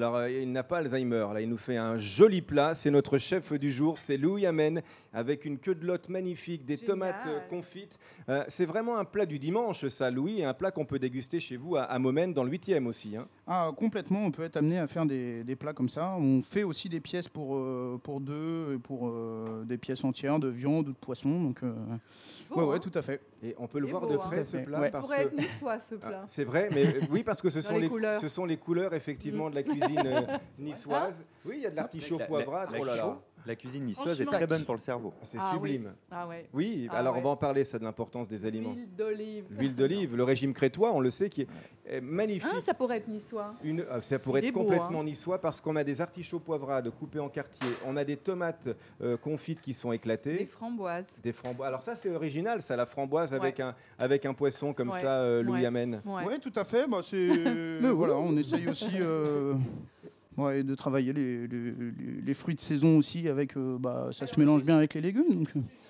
Alors, euh, il n'a pas Alzheimer. Là, il nous fait un joli plat. C'est notre chef du jour. C'est Louis Amen avec une queue de lotte magnifique, des Génial. tomates euh, confites. Euh, c'est vraiment un plat du dimanche, ça, Louis, et un plat qu'on peut déguster chez vous à, à Momène dans le 8e aussi. hein. Ah, complètement, on peut être amené à faire des, des plats comme ça. On fait aussi des pièces pour, euh, pour deux, et pour euh, des pièces entières de viande ou de poisson. Donc, euh, Beau, ouais, ouais, hein. tout à fait. Et on peut le C'est voir beau, de hein. près, ce Tout à fait, plat, ouais. parce pourrait que. être niçois ce Ah, plat. C'est vrai, mais euh, oui, parce que ce Dans sont les les, couleurs. ce sont les couleurs effectivement de la cuisine euh, niçoise. Oui, il y a de l'artichaut La- la- poivrade. la- oh là là. La cuisine niçoise Franchement. est très bonne pour le cerveau. C'est Ah oui. sublime. Ah ouais. Oui, Ah alors ouais. on va en parler, ça, de l'importance des aliments. L'huile d'olive. L'huile d'olive, le régime crétois, on le sait, qui est est magnifique. Hein, ça pourrait être niçois. Une- ah, ça pourrait être Il est beau, hein. complètement niçois parce qu'on a des artichauts poivrades coupés en quartiers, on a des tomates euh, confites qui sont éclatées, Des framboises. des framboises. Alors ça c'est original, ça la framboise avec un avec un poisson comme Ouais. ça, euh, Louis Ouais. amène. Ouais. Ouais. tout à fait. Bah, c'est, voilà, on essaye aussi euh, ouais, de travailler les, les- les- les fruits de saison aussi. Avec, euh, bah, ça se mélange bien avec les légumes. Donc, euh,